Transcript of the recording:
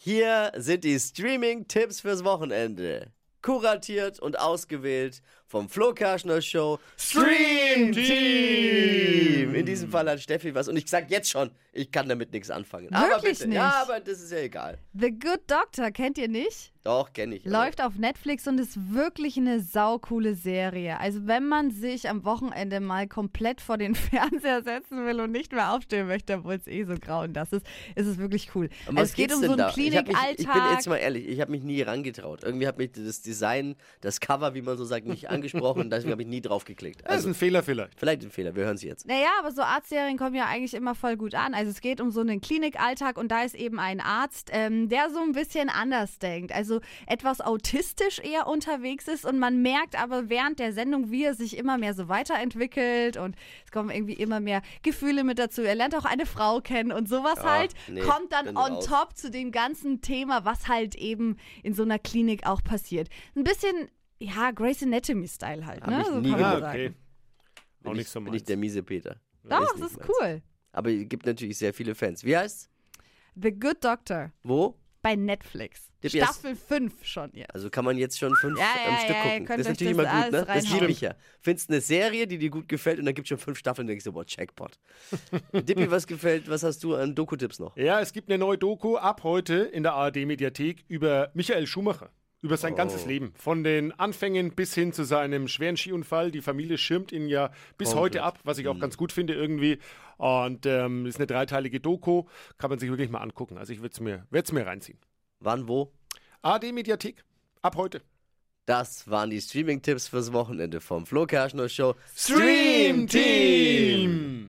Hier sind die Streaming-Tipps fürs Wochenende. Kuratiert und ausgewählt vom Flo Karschner Show Stream Team. In diesem Fall hat Steffi was und ich sag jetzt schon, ich kann damit nichts anfangen. aber Wirklich bitte, nicht? ja, aber das ist ja egal. The Good Doctor, kennt ihr nicht? Doch, kenne ich. Also, Läuft auf Netflix und ist wirklich eine saukoole Serie. Also wenn man sich am Wochenende mal komplett vor den Fernseher setzen will und nicht mehr aufstehen möchte, obwohl es eh so grau und das ist, ist es wirklich cool. Um Also es geht um so einen Klinikalltag. Ich, hab mich, ich bin jetzt mal ehrlich, ich habe mich nie rangetraut. Irgendwie hat mich das Design, das Cover, wie man so sagt, nicht angesprochen und deswegen habe ich nie drauf geklickt. Das ist Also, ein Fehler vielleicht. vielleicht ein Fehler, wir hören sie jetzt. Naja, aber so Arztserien kommen ja eigentlich immer voll gut an. Also es geht um so einen Klinikalltag und da ist eben ein Arzt, ähm, der so ein bisschen anders denkt. Also etwas autistisch eher unterwegs ist und man merkt aber während der Sendung, wie er sich immer mehr so weiterentwickelt und es kommen irgendwie immer mehr Gefühle mit dazu. Er lernt auch eine Frau kennen und sowas Ja, halt. nee, kommt dann bin on raus. top zu dem ganzen Thema, was halt eben in so einer Klinik auch passiert. Ein bisschen, ja, Grace Anatomy-Style halt. Hab Ne? ich so nie kann man gemacht. Ah, sagen. okay. Auch bin nicht so ich, bin ich meins. der miese Peter. Doch, nicht es ist meins. cool. Aber es gibt natürlich sehr viele Fans. Wie heißt's? The Good Doctor Wo? bei Netflix. Dip, yes. Staffel 5 schon jetzt. Also kann man jetzt schon fünf Ja, am ja, Stück ja, ihr gucken. könnt Das ist euch natürlich das immer gut, ne? alles Das liebe reinhauen. ich ja. Findest eine Serie, die dir gut gefällt und dann gibt's schon fünf Staffeln, denkst du, boah, Jackpot. Dippi, was gefällt, was hast du an Doku-Tipps noch? Ja, es gibt eine neue Doku ab heute in der ARD-Mediathek über Michael Schumacher. Über sein ganzes Leben. Von den Anfängen bis hin zu seinem schweren Skiunfall. Die Familie schirmt ihn ja bis heute ab, was ich auch ganz gut finde irgendwie. Und ähm, ist eine dreiteilige Doku. Kann man sich wirklich mal angucken. Also ich würde es mir, werd's mir reinziehen. Wann, wo? ARD-Mediathek. Ab heute. Das waren die Streaming-Tipps fürs Wochenende vom Flo Kerschner Show. Stream Team!